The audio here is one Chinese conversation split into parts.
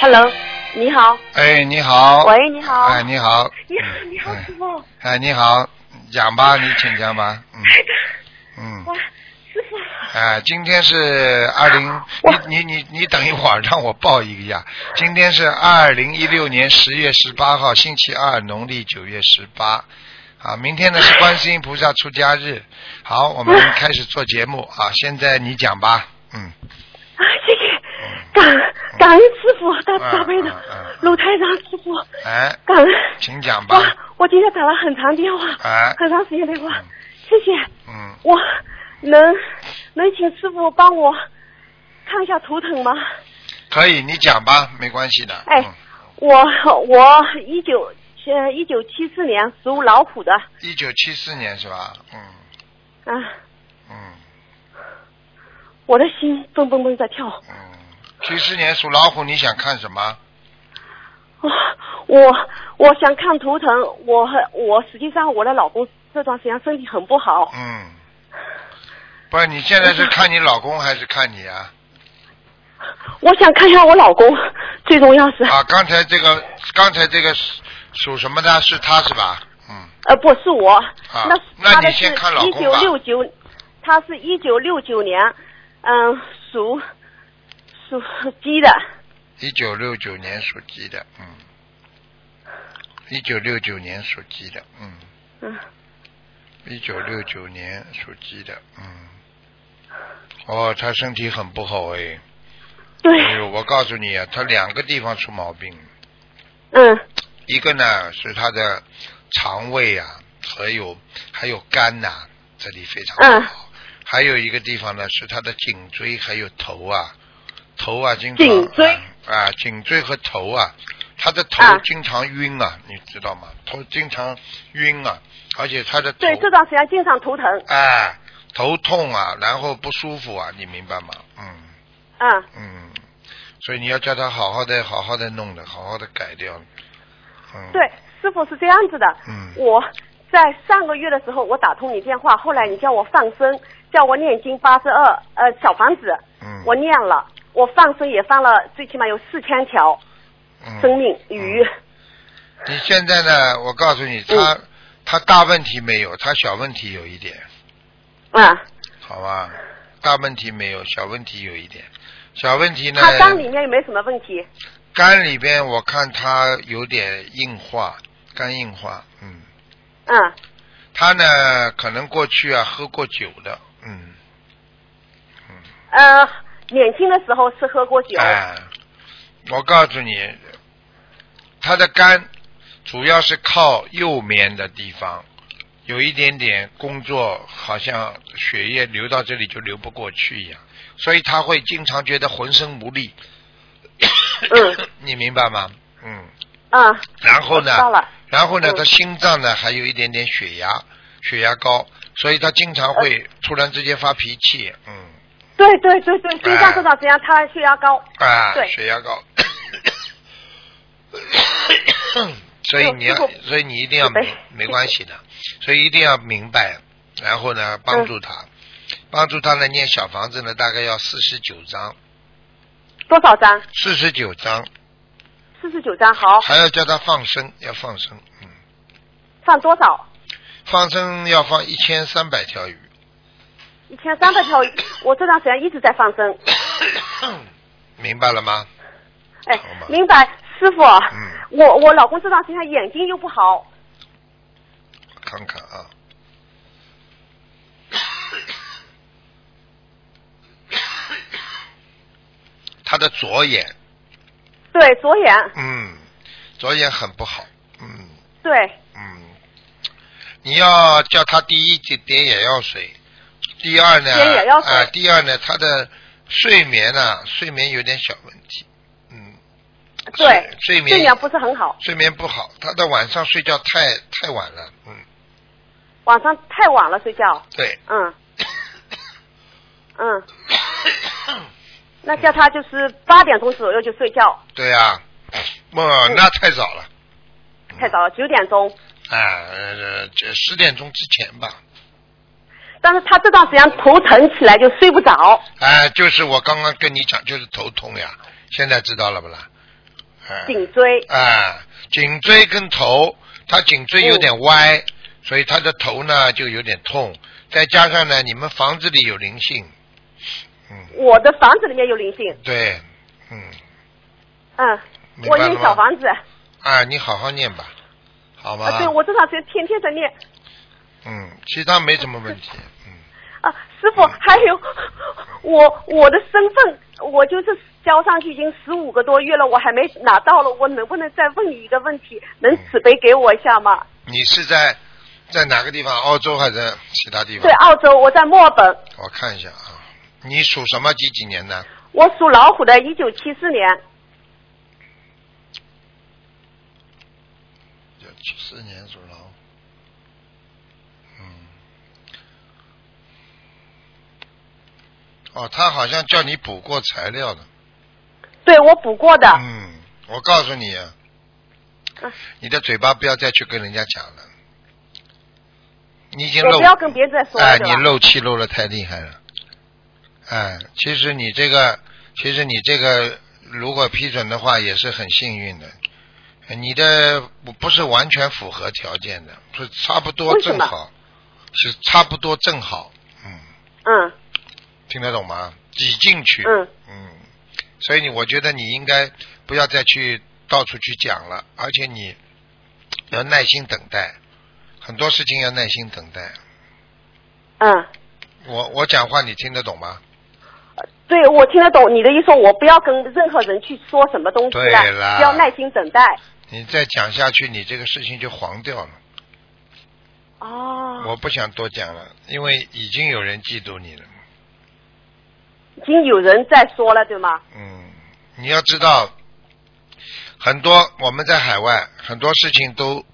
Hello，你好。哎，你好。喂，你好。哎，你好。你好，你好，师傅。哦哎，你好，讲吧，你请讲吧。 嗯嗯。哇，师傅，哎，今天是二零，你你你你等一会儿，让我报一个呀。今天是二零一六年十月十八号，星期二，农历九月十八。啊，明天呢是观世音菩萨出家日。好，我们开始做节目啊。现在你讲吧，嗯。啊，谢谢，感感恩师傅大慈大悲的嗯嗯嗯鲁台长师傅，哎，感恩。请讲吧哇。，我今天打了很长电话，哎，很长时间电话，谢谢。嗯，我能能请师傅帮我看一下图腾吗？可以，你讲吧，没关系的。哎嗯，我我一九呃一九七四年属老虎的，一九七四年是吧？嗯啊，嗯我的心蹦蹦蹦在跳。嗯，七四年属老虎，你想看什么？哦我我想看图腾，我和我实际上我的老公这段时间身体很不好，嗯，不是，你现在是看你老公还是看你啊？我想看一下我老公，最重要是啊，刚才这个，刚才这个属属什么的？是他是吧？嗯，呃不是我，那是那他的你是先看老一公九吧六九，他是一九六九年，嗯、属属鸡的，一九六九年属鸡的，嗯，一九六九年属鸡的，嗯，嗯，一九六九年属鸡的，嗯，哦，他身体很不好哎，对，哎呦，我告诉你啊，他两个地方出毛病，嗯一个呢是他的肠胃啊，还有还有肝呐、这里非嗯常不好，还有一个地方呢是他的颈椎还有头啊，头啊经常颈椎啊啊颈椎和头啊，他的头啊经常晕啊，你知道吗？头经常晕啊，而且他的头对，这段时间经常头疼，哎头痛啊，然后不舒服啊，你明白吗？嗯。嗯嗯，所以你要叫他好好的、好好的弄的，好好的改掉。嗯，对，师傅是这样子的，嗯我在上个月的时候我打通你电话，后来你叫我放生，叫我念经八十二，呃，小房子，嗯，我念了，我放生也放了，最起码有四千条生嗯，命鱼，你现在呢？我告诉你，他、他大问题没有，他小问题有一点，嗯啊，好吧？大问题没有，小问题有一点。小问题呢？它肝里面也没什么问题，肝里边我看他有点硬化，肝硬化。嗯，嗯，他呢可能过去啊喝过酒的。嗯，呃，年轻的时候是喝过酒，哎，我告诉你，他的肝主要是靠右面的地方，有一点点工作，好像血液流到这里就流不过去一样，所以他会经常觉得浑身无力。嗯你明白吗？嗯。嗯， 然后呢我知道了？然后呢？嗯他心脏呢还有一点点血压，血压高，所以他经常会突然之间发脾气。嗯。对对对对，心哎脏这段时间他血压高，啊，对血压高。 所以你要哎呦师，所以你一定要准备明，没关系的，所以一定要明白，然后嗯呢，帮助他，帮助他呢念小房子呢，大概要四十九章，多少张？四十九章，四十九张，好，还要叫他放生，要放生，嗯，放多少？放生要放一千三百条鱼， 一千三百条，我这段时间一直在放生。明白了吗？哎好吧，明白，师傅。嗯我我老公这段时间眼睛又不好，看看啊。他的左眼，对左眼，嗯，左眼很不好，嗯对嗯，你要叫他第一点点眼药水，第二呢，点眼药水啊、第二呢，他的睡眠呢、睡眠有点小问题，嗯，对，睡睡眠睡眠不是很好，睡眠不好，他的晚上睡觉太太晚了，嗯，晚上太晚了睡觉。 对， 嗯嗯，那叫他就是八点钟左右就睡觉，对 啊，不、哦那太早了。太早了，九点钟。啊，呃，这十点钟之前吧。但是他这段时间头疼起来就睡不着，哎，就是我刚刚跟你讲，就是头痛呀，现在知道了不啦？哎颈椎，啊，颈椎跟头，他颈椎有点歪，嗯所以他的头呢就有点痛。再加上呢，你们房子里有灵性，嗯，我的房子里面有灵性，对，嗯，嗯，明我白了念小吗？房子，啊，啊，你好好念吧，好吗？对我这段时间天天在念，嗯，其他没什么问题，嗯，啊，师傅，还有我我的身份，我就是交上去已经十五个多月了，我还没拿到了，我能不能再问你一个问题？能慈悲给我一下吗？你是在在哪个地方？澳洲还是其他地方对，？啊澳洲，我在墨尔本，我看一下啊，你属什么？几几年的？我属老虎的，一九七四年，九七四年属老虎。嗯。哦，他好像叫你补过材料的。对我补过的，嗯，我告诉你啊嗯，你的嘴巴不要再去跟人家讲了，你已经我漏不要跟别人再说了，哎，对你吧？漏气漏的太厉害了。哎，其实你这个，其实你这个如果批准的话，也是很幸运的。你的不不是完全符合条件的，是差不多为什正么好，是差不多正好。嗯，嗯听得懂吗？挤进去。嗯嗯，所以你我觉得你应该不要再去到处去讲了，而且你要耐心等待，很多事情要耐心等待。嗯，我我讲话你听得懂吗？对我听得懂你的意思，我不要跟任何人去说什么东西对啦了，要耐心等待。你再讲下去，你这个事情就黄掉了。哦，我不想多讲了，因为已经有人嫉妒你了。已经有人在说了，对吗？嗯，你要知道，很多我们在海外很多事情都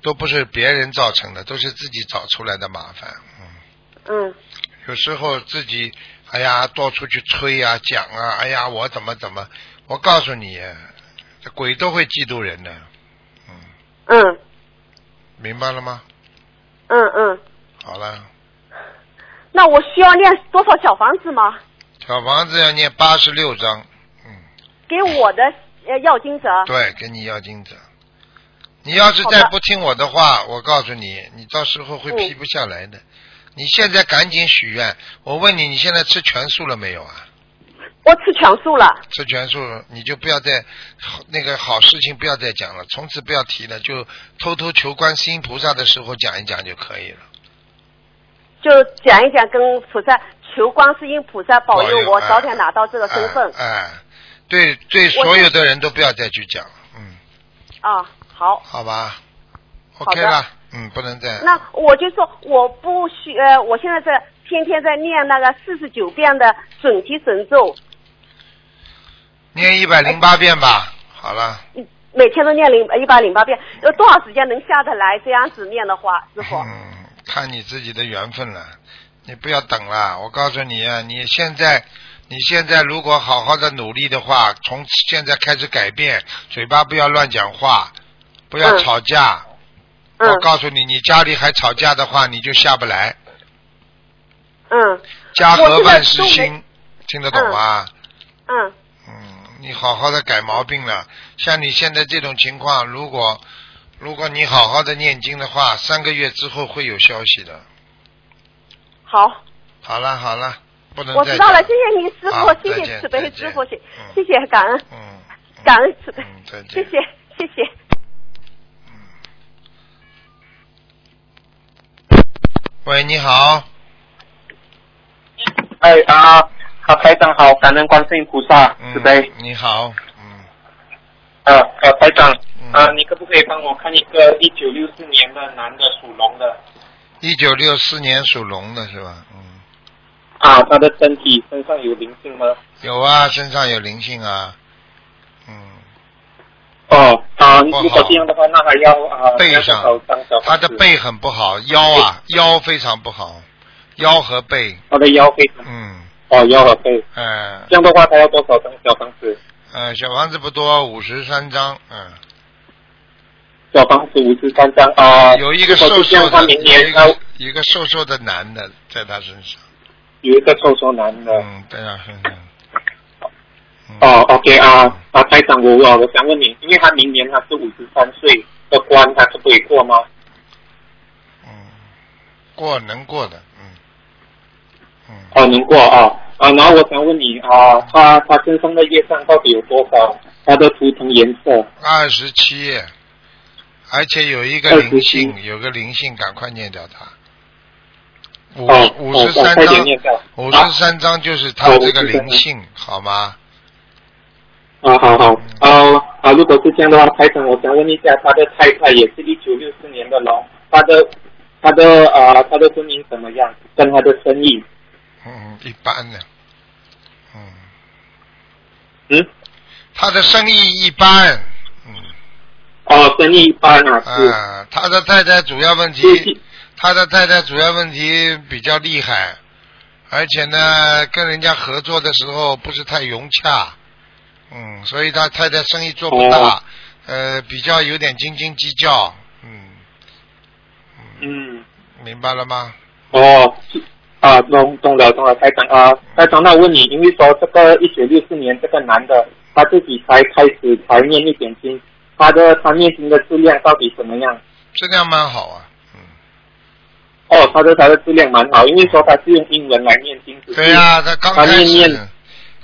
都不是别人造成的，都是自己找出来的麻烦。嗯，嗯有时候自己哎呀到处去吹啊讲啊，哎呀我怎么怎么，我告诉你，这鬼都会嫉妒人的，嗯明白了吗？嗯嗯，好了，那我需要念多少小房子吗？小房子要念八十六章。嗯。给我的呃药精者。对，给你要金子。你要是再好的不听我的话，我告诉你，你到时候会嗯批不下来的。你现在赶紧许愿。我问你，你现在吃全素了没有啊？我吃全素了。吃全素了，你就不要再那个好事情不要再讲了，从此不要提了，就偷偷求观世音菩萨的时候讲一讲就可以了。就讲一讲跟菩萨求观世音菩萨保佑啊我早点拿到这个身份哎、哎哎对对，我所有的人都不要再去讲了，嗯，啊。好，好吧好，OK 的了，嗯，不能再。那我就说我不需呃，我现在在天天在念那个四十九遍的准提神咒，念一百零八遍吧，好了。嗯每天都念零一百零八遍，有多少时间能下得来？这样子念的话，师 傅，嗯，看你自己的缘分了，你不要等了。我告诉你啊，你现在，你现在如果好好的努力的话，从现在开始改变，嘴巴不要乱讲话，不要嗯吵架。嗯我告诉你，你家里还吵架的话，你就下不来。嗯家我和现在万事都没兴，听得懂吗？嗯嗯，你好好的改毛病了。像你现在这种情况，如果如果你好好的念经的话，三个月之后会有消息的。好，好了好了，不能我再知道了，讲谢谢你师好傅，谢再谢见慈悲再师见傅，谢嗯谢谢感恩嗯，嗯感恩慈悲，嗯，再谢见。谢谢谢。喂，你好，哎啊，好，台长好，感恩观世音菩萨嗯慈悲。你好，嗯，呃呃，台长嗯，呃，你可不可以帮我看一个一九六四年的男的属龙的一九六四年属龙的是吧？嗯，啊？他的身体身上有灵性吗？有啊，身上有灵性啊，嗯，哦啊，不好如果这样的话，那还要啊，背上要多少张小他的房子，哦背很不好，腰啊，腰非常不好，腰和背，他的腰背，嗯，哦腰和背，呃这样的话他要多少张小房子？呃，小房子不多，五十三张，嗯，小房子五十三张啊。有一个如果瘦是这样瘦的话，的，明有一年他啊个有一个瘦瘦的男的在他身上。有一个瘦瘦男的，嗯，对啊，很很。哦，OK 啊啊，台长，我我我想问你，因为他明年他是五十三岁的关，他是可以过吗？嗯，过能过的，嗯嗯，哦，能过啊啊，然后我想问你啊，他他身上的业障到底有多少？他的图腾颜色？二十七页，而且有一个27灵性，有个灵性，赶快念掉它。五哦五哦十，我三快点章，念掉。五十三章就是他哦这个53章灵性，好吗？啊，好好啊啊！如果是这样的话，台长，我想问一下，他的太太也是一九六四年的龙，他的他的啊、他的婚姻怎么样？跟他的生意，嗯，一般的，嗯，嗯，他的生意一般，嗯。哦，生意一般啊，是、啊，他的太太主要问是是题，他的太太主要问题比较厉害，而且呢，跟人家合作的时候不是太融洽，嗯，所以他太太生意做不大，哦呃，比较有点斤斤计较，嗯，嗯，明白了吗？哦，是啊，懂懂了懂了，台长啊，台长，那我问你，因为说这个一九六四年这个男的，他自己才开始才念一点经，他的他念经的质量到底怎么样？质量蛮好啊，嗯，哦，他的他的质量蛮好，因为说他是用英文来念经，只是对呀、他刚他开嗯啊念念始，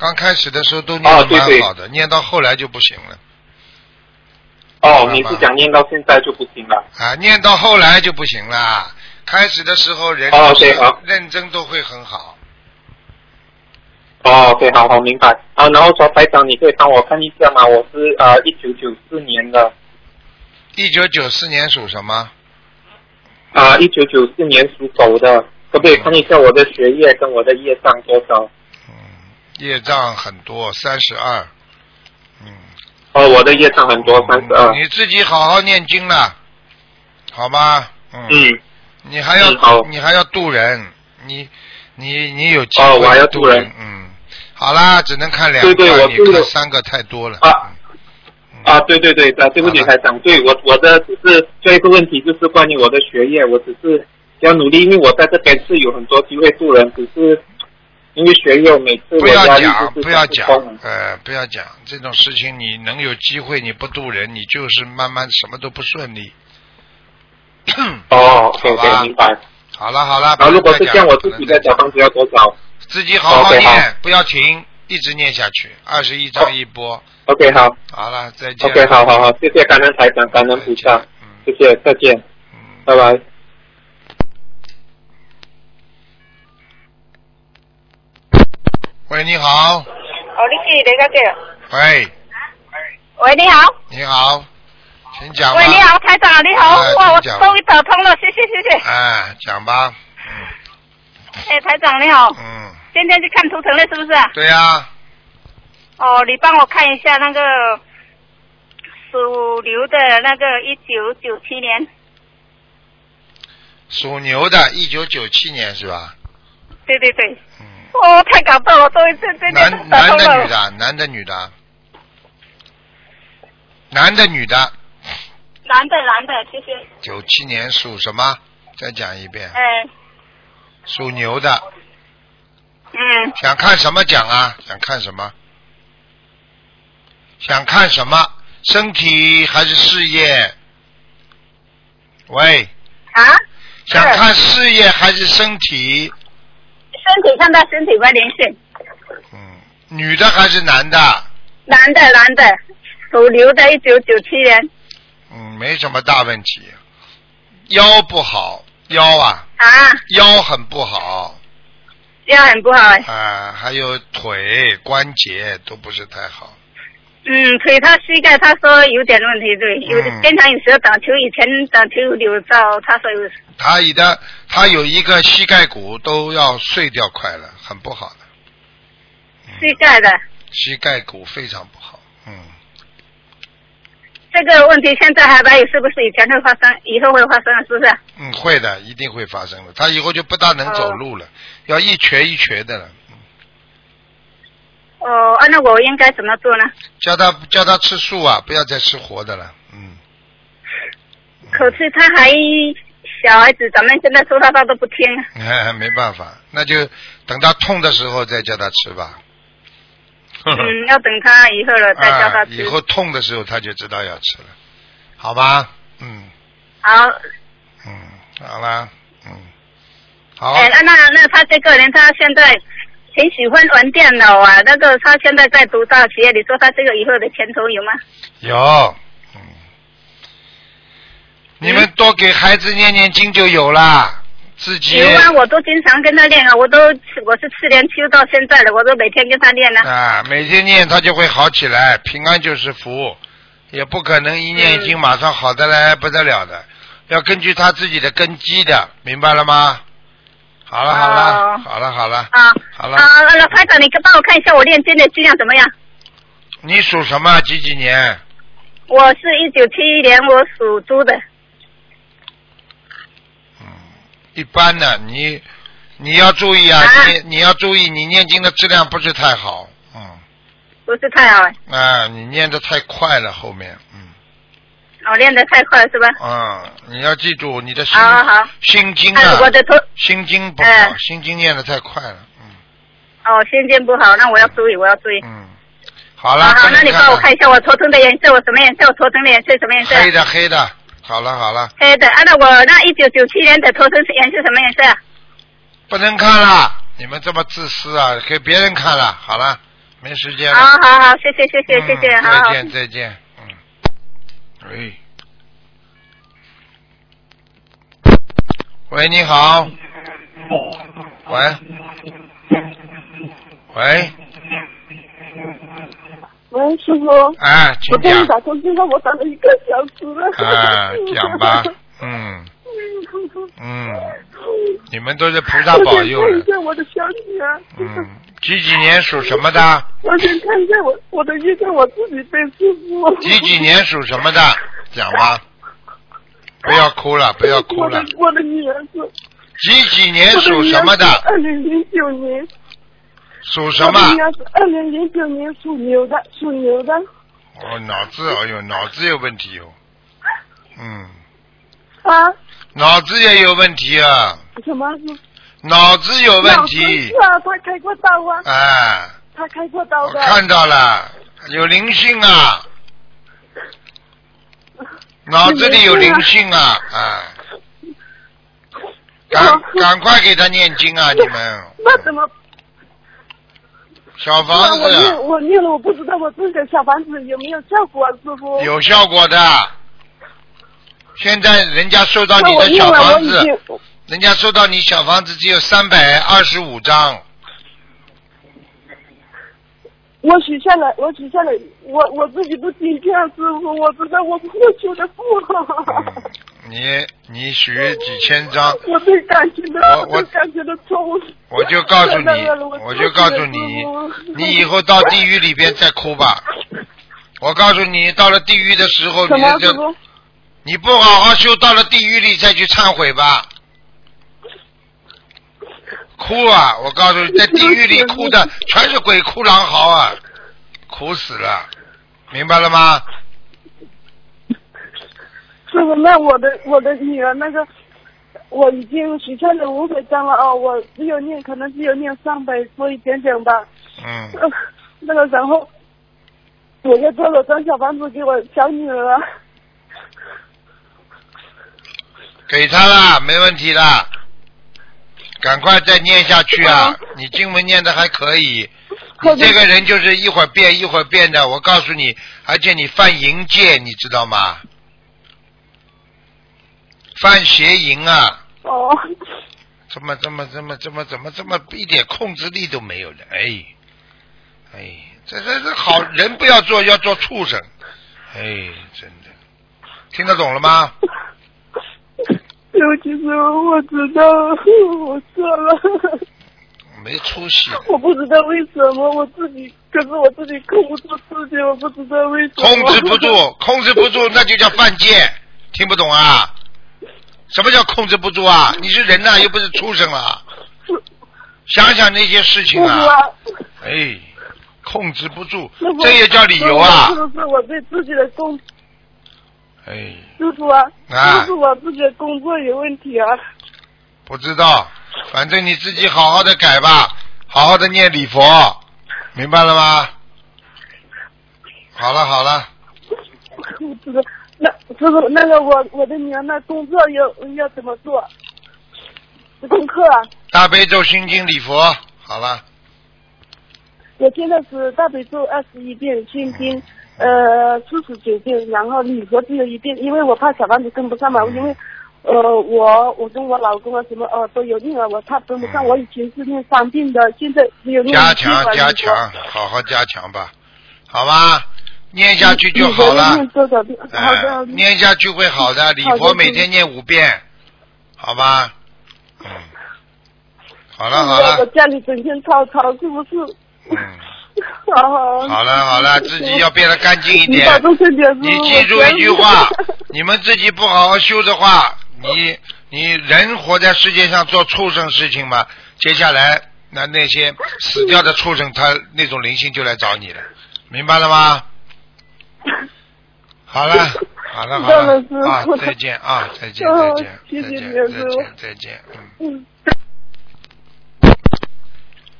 刚开始的时候都念哦的对蛮对好的，念到后来就不行了，哦，你是讲念到现在就不行了？啊，念到后来就不行了，开始的时候人哦都是对好认真都会很好。哦，OK，好好明白啊。然后说台长，你可以帮我看一下吗？我是呃一九九四年的，一九九四年属什么？啊一九九四年属狗的，可不可以看一下我的学业跟我的业障多少？嗯，业障很多，三十二。嗯，哦，我的业障很多，三十二。你自己好好念经了，好吗？嗯，嗯，你还要、嗯好你还要渡人，你你你有机哦会我还要渡渡人嗯，好啦，只能看两个，对对我你渡看了三个太多了。啊嗯啊，对对对，啊，对不起，好的台长，对我我的只是最后一个问题就是关于我的学业，我只是要努力，因为我在这边是有很多机会助人，只是因为学业，我每次不我要压力讲，就是不要讲想不通，呃，不要讲这种事情。你能有机会，你不渡人，你就是慢慢什么都不顺利。 哦，OK 好吧 OK，明白。好了好了，然后如果不是能再讲像我了自己不能再的讲小了房子要多少自己好好 OK，好念，不要停，一直念下去，二十一章一波。 ？OK，好好了，再见。 ，OK，好好好，谢谢感恩台长，感恩菩萨，谢谢，再见，嗯拜拜。喂，你好。哦，你是李小姐。喂，喂，你好。你好，请讲吧。喂，你。好，台长，你好。哎哇，我请讲终于打通了，谢谢谢谢。哎，讲吧。哎，台长你好，嗯，今天去看图腾了是不是啊？对呀、哦，你帮我看一下那个属牛的那个一九九七年，属牛的，一九九七年是吧？对对对。嗯。哦，太感动了，终于这这男天打男通的女了。的，男的女的，男的女的，男的男的，谢谢。九七年属什么？再讲一遍，哎，属牛的，嗯，想看什么讲啊？想看什么？想看什么？身体还是事业？喂，啊，想看事业还是身体？身体看到身体外连线，嗯，女的还是男的？男的男的，属牛的，一九九七年嗯，没什么大问题。腰不好，腰啊，啊，腰很不好这样很不好哎。啊、还有腿关节都不是太好。嗯，腿他膝盖，他说有点问题，对，有嗯经常有时候打球，以前打球扭到，他说有，他有的，他有一个膝盖骨都要碎掉块了，很不好的。膝盖的膝盖骨非常不好。嗯，这个问题，现在还没有，是不是以前会发生，以后会发生，是不是？嗯，会的，一定会发生的。他以后就不大能走路了，要一瘸一瘸的了。哦，啊那我应该怎么做呢？叫他叫他吃素啊，不要再吃活的了。嗯，可是他还小孩子，咱们现在说他他都不听。嗯 没办法，那就等他痛的时候再叫他吃吧，嗯，要等他以后了再叫他 啊，吃以。后痛的时候他就知道要吃了，好吧？嗯好，嗯，好啦，嗯，好，哎、那那那他这个人，他现在很喜欢玩电脑啊。那个他现在在读大学，你说他这个以后的前途有吗？有，嗯，你们多给孩子念念经就有啦，自己有啊，我都经常跟他练啊，我都我是去年修到现在的，我都每天跟他练啊。啊，每天念他就会好起来，平安就是福，也不可能一念嗯经马上好的来不得了的，要根据他自己的根基的，明白了吗？好了好了、哦好了好了，啊好了啊，那台长，你帮我看一下我练经的质量怎么样？你属什么？几几年？我是一九七一年，我属猪的。一般的，你你要注意啊，啊你你要注意，你念经的质量不是太好，嗯，不是太好了，啊，你念的太快了，后面，嗯我哦练得太快是吧？嗯，你要记住你的心、好好好，心经啊，啊我，的头心经不好，嗯心经念的太快了，嗯。哦，心经不好，那我要注意，我要注意。嗯，好了，好好，那你帮我看看一下我头疼的颜色，我什么颜色？我头疼的颜色什么颜色？啊黑的黑的，好了好了，黑的。啊，那我那一九九七年的头疼是颜色什么颜色？不能看了，你们这么自私啊，给别人看了，好了，没时间了，啊好好好，谢谢谢谢嗯谢谢，好好再。见再见，嗯，喂，喂，你好，喂，喂， 喂，师傅，哎，我请终于讲，打通电话，我打了一个小时了。啊，讲 吧， 嗯嗯，你们都是菩萨保佑我想看了一。下我的小女儿，嗯，几几年属什么的？我想看一下我我的医生，我自己被师傅。几几年属什么的？讲吧，不要哭了，不要哭我的了。我的女儿是，我几几年的属女什儿么是的？二零零九年。属什我的么女？儿是二零零九年属牛的，属牛的。我、脑子，哎呦，脑子有问题哟、嗯，啊？脑子也有问题啊，什么？脑子有问题是。啊，他开过刀啊，哎，他开过刀我的。看到了，有灵性啊，脑子里有灵性啊，啊。赶赶快给他念经啊！你们那怎么小办？房我念子啊我念了，我不知道我这个小房子有没有效果、啊，师傅。有效果的。现在人家收到那你我的念小了，我房已子，经人家收到你小房子只有三百二十五张，我许下了，我许下了，我我自己不听劝啊师傅，我知道我不会修的不好。嗯、你你许几千张，我对感情的，我我对感情的错误。我就告诉你太大了，我就告诉你，你以后到地狱里边再哭吧。我告诉你，到了地狱的时候，什你么师就傅？你不好好修，到了地狱里再去忏悔吧。哭啊！我告诉你，在地狱里哭的全是鬼哭狼嚎啊，苦死了，明白了吗？师傅，那我的我的女儿那个，我已经许下了五百张了哦，我只有念可能只有念三百多一点点吧。 嗯，呃那个然后，我又做了张小房子给我小女儿。啊给他啦，没问题啦。赶快再念下去啊！你经文念的还可以，好你的这个人就是一会儿变一会儿变的。我告诉你，而且你犯淫戒，你知道吗？犯邪淫啊！哦，怎么怎么怎么怎么怎么怎么一点控制力都没有的，哎，哎，这这这好人不要做，要做畜生，哎，真的，听得懂了吗？对不起，师傅，我知道我错了，没出息，我不知道为什么我自己，可是我自己控不住自己，我不知道为什么。控制不。住，控制不住，那就叫犯贱，听不懂啊？什么叫控制不住啊？你是人呐、又不是畜生了，想想那些事情师傅啊，啊，哎，控制不住师，傅，这也叫理由啊是？不是我对自己的工哎，师傅啊，啊是不是我自己的工作有问题啊？ 不知道，反正你自己好好的改吧，好好的念礼佛，明白了吗？好了好了，我知道，那之后那个我我的女儿那工作要要怎么做？功课，啊大悲咒心经礼佛，好了，我现在是大悲咒二十一遍，心经呃四十九遍，然后礼佛只有一遍，因为我怕小房子跟不上嗯嘛，因为呃我我跟我老公啊什么呃都有另外我怕跟不上，我以前是念三遍的，现在只有嗯念加一遍强了加礼佛强，好好加强吧，好吧，念下去就好礼佛了。念多少遍？好哎、的，念下去会好的。礼佛每天念五遍，好吧？嗯，好了啊好我了，家里整天吵吵，是不是？嗯，好好了好嗯了，自己要变得干净一你点保。重身体啊，你师傅记住一句话，你们自己不好好修的话，你你人活在世界上做畜生事情嘛，接下来那那些死掉的畜生，他那种灵性就来找你了，明白了 吗？好了，好了，好知道了了师，傅啊，再见啊，再见，哦再见，谢再谢见，你啊再师傅见，再见，嗯。嗯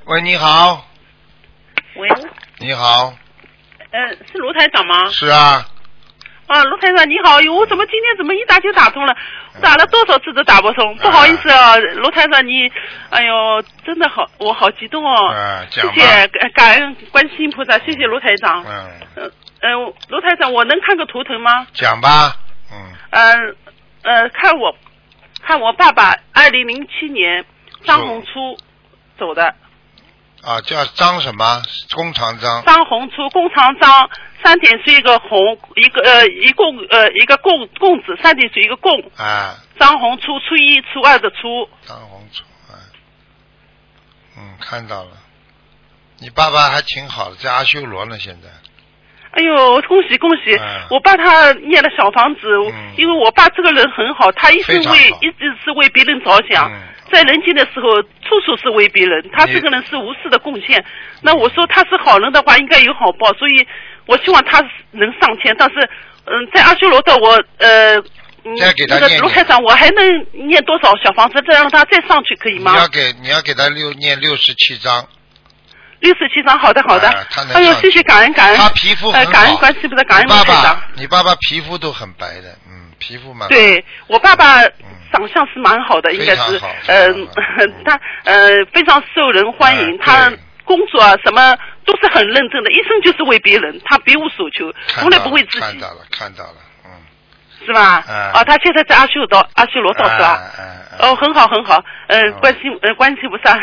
喂，你好，喂，你好，呃，是卢台长吗？是啊，啊，卢台长你好，哟，我怎么今天怎么一打就打通了？嗯打了多少次都打不通，不好意思啊，卢台长你，哎呦，真的好，我好激动哦。嗯，谢讲吧，谢，感感恩观世音菩萨，谢谢卢台长。嗯，呃，呃卢台长，我能看个图腾吗？讲吧，嗯，呃 呃，看我，看我爸爸，二零零七年张宏初走的，啊，叫张什么？工长张，张宏初，工长张，三点水一个红，一个呃一共呃一个共共字，三点水一个共，啊，张宏初，初一初二的初，张红楚，啊，嗯，看到了，你爸爸还挺好的，在阿修罗呢，现在，哎呦，恭喜恭喜！嗯我爸他念了小房子，嗯因为我爸这个人很好，他一直非常为好一直是为别人着想，嗯在人间的时候处处是为别人，他你这个人是无私的贡献。那我说他是好人的话，应该有好报，所以我希望他能上天。但是，嗯，在阿修罗道我呃。嗯再给他那个念卢念台长，我还能念多少小房子，再让他再上去可以你吗？要给你要给他六念六十七章，六十七张，好的好的。哎他能哎呦，上谢谢感恩感恩。他皮肤呃很，好，感恩关系不是感恩你爸卢台长爸，你爸爸皮肤都很白的，嗯，皮肤 蛮，对我爸爸嗯长相是蛮好的，应非该是常好，呃非常好， 他呃非常受人欢迎，哎他对工作啊什么都是很认真的，一生就是为别人，他别无所求，看从来到不了为自看己，到了，看到了，嗯，是吧？哎啊，他现在在阿修道阿修罗道是吧？哎？哎哎哦，很好，很好，嗯，嗯关心，呃，关心菩萨，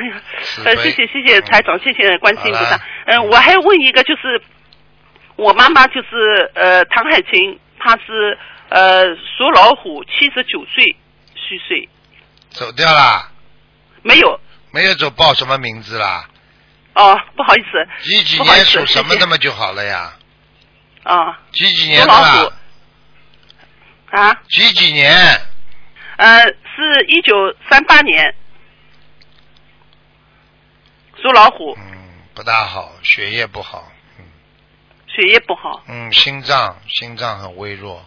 呃，谢谢，谢谢台长，谢谢关心菩好萨了。嗯，我还问一个，就是我妈妈就是呃，唐海琴，她是呃属老虎，七十九岁虚岁，走掉啦，没有没有走报什么名字啦？哦，不好意思几几不好意年思属什么谢谢的嘛就好了呀？啊几几年的属老啦虎？啊，几几年？呃，是一九三八年属老虎，嗯，不大好，血液不好，血液不好。嗯，心脏心脏很微弱，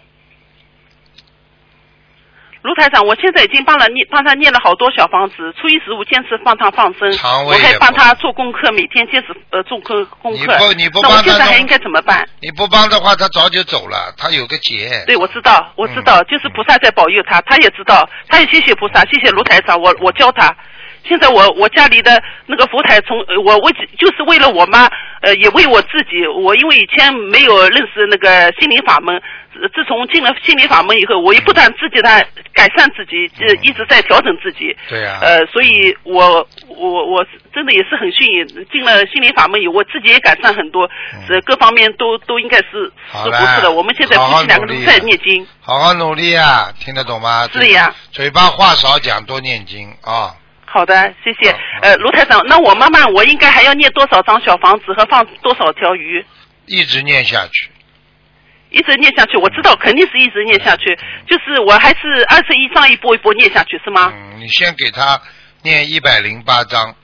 卢台长，我现在已经帮了念，帮他念了好多小房子，初一十五坚持帮他放生，肠胃我还也帮不他做功课，每天坚持呃做功功你课。不你不那我帮他现在还弄嗯应该怎么办？你不帮的话，他早就走了，他有个结。对，我知道，我知嗯道，就是菩萨在保佑他，他也知道，他也谢谢菩萨，谢谢卢台长，我我教他。现在我我家里的那个佛台从呃我为就是为了我妈，呃也为我自己，我因为以前没有认识那个心灵法门，呃自从进了心灵法门以后，我也不断自己的改善自己，呃嗯一直在调整自己。对呀、呃，所以我我我真的也是很幸运，进了心灵法门以后，我自己也改善很多，呃，各方面都都应该是嗯好是嘞不是的。我们现在好好夫妻两个努人力啊在念经，好好努力啊，听得懂吗？是呀嘴巴话少讲，多念经啊。好的，谢谢好好。呃，卢台长，那我妈妈我应该还要念多少张小房子和放多少条鱼？一直念下去。一直念下去，我知道肯定是一直念下去，就是我还是二十一章一波一波念下去是吗？嗯嗯，你先给他念一百零八章，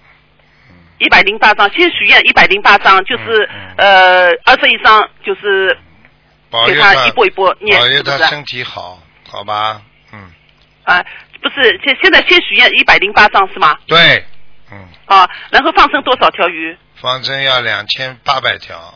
一百零八章，先许愿一百零八章，就是嗯呃二十一章，就是保给佑他一波一波念，保佑是不他是啊？身体好，好吧？嗯，啊，不是，现现在先许愿一百零八张是吗？对，嗯，啊，然后放生多少条鱼？方针要两千八百条，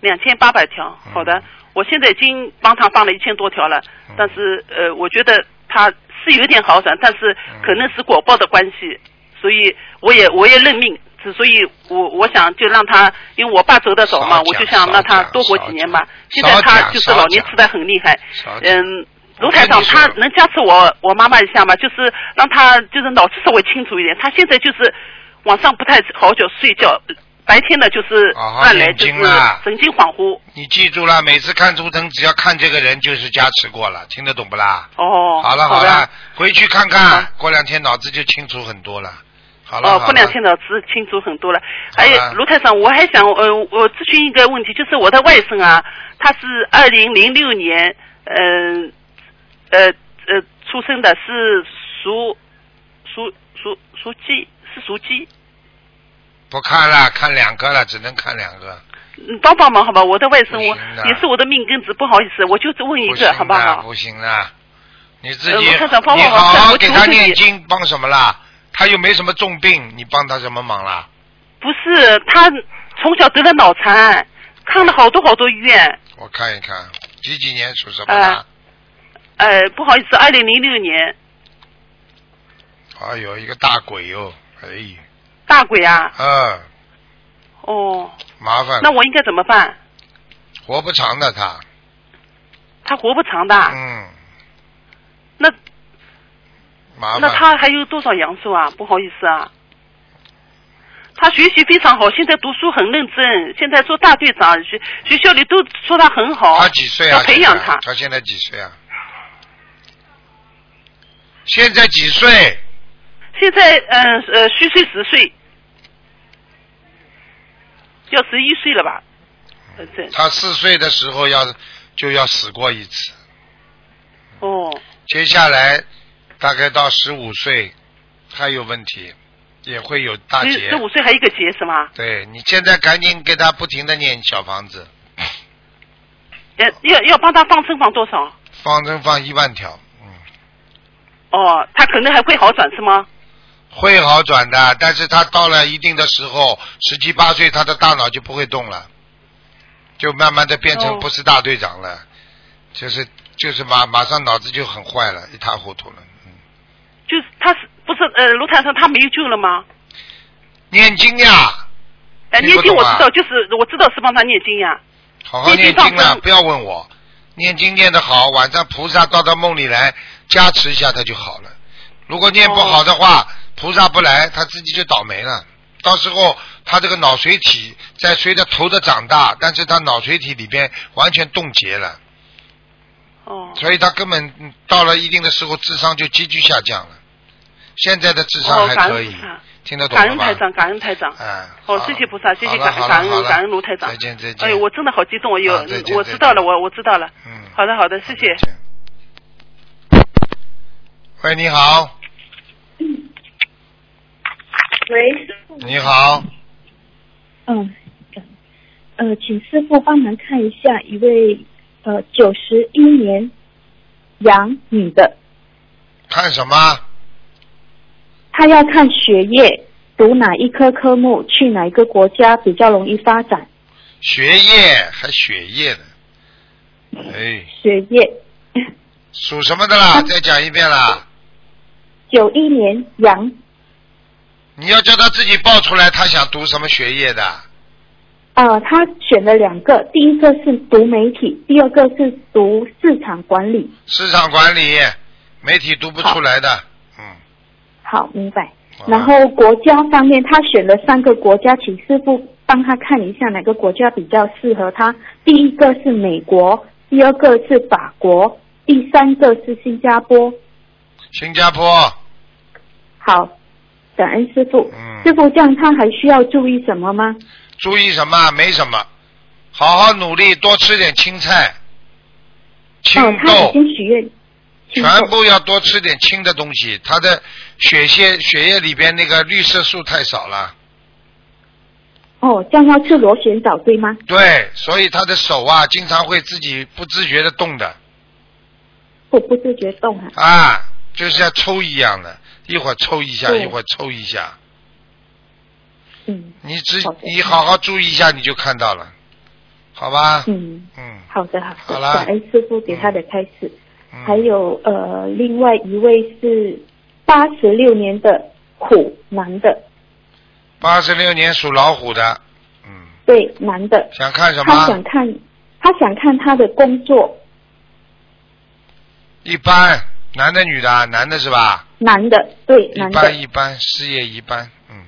两千八百条。嗯好的，我现在已经帮他放了一千多条了，嗯但是呃，我觉得他是有点好转，但是嗯可能是果报的关系，所以我也我也认命。之所以我我想就让他，因为我爸走得早少嘛，讲我就想让他多活几年吧。少现讲在少他讲就是老年痴呆很厉害少，讲嗯。卢台长，我跟你说他能加持我我妈妈一下吗？就是让她就是脑子稍微清楚一点。她现在就是晚上不太好久睡觉，白天呢就是好好乱来，念就是经啊神经恍惚。你记住了，每次看图腾，只要看这个人，就是加持过了，听得懂不啦？哦，好了好的了，回去看好看，过两天脑子就清楚很多了。好了，哦，好过两了天脑子清楚很多了。还有好了卢台长，我还想呃，我咨询一个问题，就是我的外甥啊，他是二零零六年，嗯呃呃出生的，是属属属属鸡，是属鸡。不看了，看两个了，只能看两个。你嗯帮帮忙好吧？我的外甥我不行的也是我的命根子，不好意思，我就只问一不个行好不的，好？不行的，你自呃己我看看帮你帮好忙看好我给求他自己念经，帮什么啦？他又没什么重病，你帮他什么忙啦？不是，他从小得了脑残癌，看了好多好多医院。我看一看，几几年属什么啦？呃，不好意思，二零零六年哎呦，一个大鬼哟、哎，大鬼啊！嗯，哦，麻烦那，我应该怎么办？活不长的他，他活不长的，嗯，那麻那烦，他还有多少阳寿啊？不好意思啊，他学习非常好，现在读书很认真，现在做大队长，学学校里都说他很好，他几岁啊？哦要培养现在他。他现在几岁啊？现在几岁？现在嗯呃虚岁十岁，要十一岁了吧？呃对，他四岁的时候要就要死过一次，哦接下来大概到十五岁，他有问题，也会有大十劫十。五岁还有一个节是吗？对你现在赶紧给他不停的念小房子，呃要要帮他放生放多少？方针放一万条，嗯，哦，他可能还会好转是吗？会好转的。但是他到了一定的时候，十七八岁，他的大脑就不会动了，就慢慢的变成哦不是大队长了，就是就是马马上脑子就很坏了，一塌糊涂了。嗯就是他是不是呃卢台上他没有救了吗？念经呀。呃，你念不经懂我啊知道，就是我知道是帮他念经呀。好好念经了，不要问我。念经念得好，晚上菩萨到他梦里来加持一下他就好了。如果念不好的话，哦菩萨不来，他自己就倒霉了。到时候他这个脑髓体在随着头的长大，但是他脑髓体里边完全冻结了，哦所以他根本嗯到了一定的时候，智商就急剧下降了。现在的智商哦，还感可恩以菩，萨，听得懂感了恩台吧？长，感恩台长。哎，哦，好谢谢菩萨，谢好谢了感好了感好恩了感恩卢台长。再见再见。哎呦，我真的好激动，我有啊再见我再知道了，见我我知道了。嗯，好的好的，谢谢。再见。喂，你好，喂，你好，嗯，呃，请师傅帮忙看一下一位呃九十一年羊女的，看什么？她要看学业，读哪一科科目，去哪一个国家比较容易发展？学业还学业呢？哎，学业， 属什么的啦？嗯再讲一遍啦！九一年羊，你要叫他自己报出来，他想读什么学业的？呃，她选了两个，第一个是读媒体，第二个是读市场管理。市场管理、媒体读不出来的。嗯，好，明白。好吧然后国家方面，他选了三个国家，请师傅帮他看一下哪个国家比较适合他。第一个是美国，第二个是法国，第三个是新加坡。新加坡，好，感恩师傅。嗯师傅，这样他还需要注意什么吗？注意什么？没什么，好好努力，多吃点青菜、青哦，他豆。已经许愿，请全部要多吃点青的东西，他的血液血液里边那个绿色素太少了，哦，这样要吃螺旋藻对吗？对，所以他的手啊经常会自己不自觉的动的我不自觉动啊。啊，就是像抽一样的，一会儿抽一下，对一会儿抽一下，嗯，你只好的你好好注意一下，你就看到了，好吧？嗯，嗯，好的好好的，啦感恩师傅给他的开示。嗯还有呃，另外一位是八十六年的虎男的，八十六年属老虎的，嗯，对男的，想看什他想么？看他想看他的工作，一般，男的女的啊？男的是吧？男的对一男的般一般，事业一般，嗯，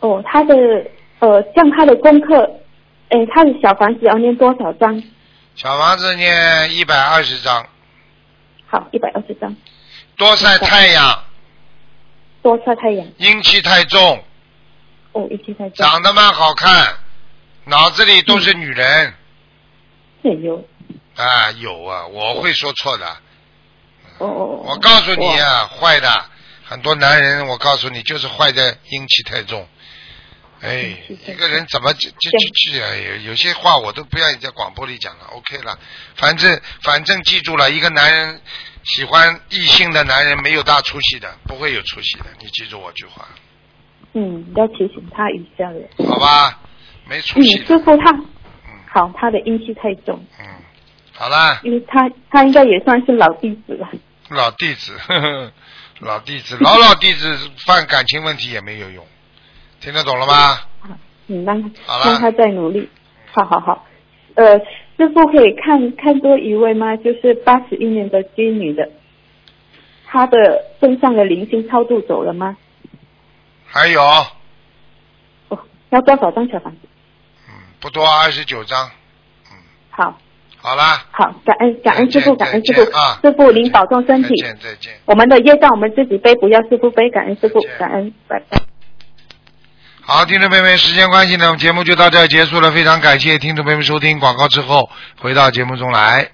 哦，他的呃，像他的功课，诶，他的小房子要念多少张？小房子念一百二十张，好，一百二十张，多晒太阳，多晒太阳阴气太重，哦，一起太重，长得蛮好看，脑子里都是女人哎呦，啊，有啊，我会说错的，哦哦，我告诉你啊，坏的，很多男人，我告诉你，就是坏的阴气太重。哎，阴气太一重个人怎么这这这这，哎有有些话我都不愿意在广播里讲了，OK 了。反正反正记住了，一个男人喜欢异性的男人没有大出息的，不会有出息的，你记住我句话，嗯，要提醒他一下了。好吧？没出嗯，息师的，傅他嗯好，他的阴气太重，嗯，好啦，因为他他应该也算是老弟子了。老弟子， 呵呵老弟子，老老弟子犯感情问题也没有用，听得懂了吗？嗯，让好啦让他再努力。好好好，呃，师傅可以看看多一位吗？就是八十一年的金女的，她的身上的灵性超度走了吗？还有。哦，要多少张小房子？嗯，不多，二十九张。好，好啦，好，感恩感恩师傅，感恩师再见啊傅，师傅您保重身再体。见再见。我们的业障我们自己背，不要师傅背。感恩师傅再见，感恩，拜拜。好，听众朋友们，时间关系呢，我们节目就到这儿结束了。非常感谢听众朋友们收听广告之后回到节目中来。